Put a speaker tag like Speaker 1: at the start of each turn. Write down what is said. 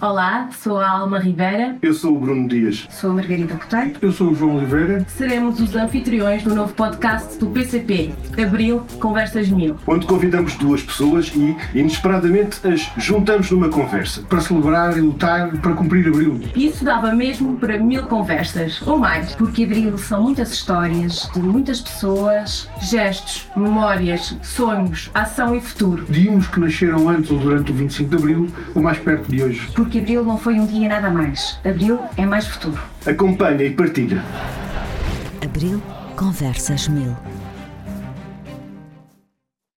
Speaker 1: Olá, sou a Alma Rivera,
Speaker 2: Eu sou o Bruno Dias.
Speaker 3: Sou a Margarida Botelho.
Speaker 4: Eu sou o João Oliveira.
Speaker 1: seremos os anfitriões do novo podcast do PCP, Abril Conversas Mil.
Speaker 2: Onde convidamos duas pessoas e, inesperadamente, as juntamos numa conversa.
Speaker 4: Para celebrar e lutar para cumprir abril.
Speaker 1: Isso dava mesmo para mil conversas, ou mais.
Speaker 3: Porque Abril são muitas histórias de muitas pessoas.
Speaker 1: Gestos, memórias, sonhos, ação e futuro.
Speaker 4: Dimos que nasceram antes ou durante o 25 de abril, o mais perto de hoje.
Speaker 3: Porque Abril não foi um dia nada mais. Abril é mais futuro.
Speaker 2: Acompanha e partilha.
Speaker 5: Abril Conversas Mil.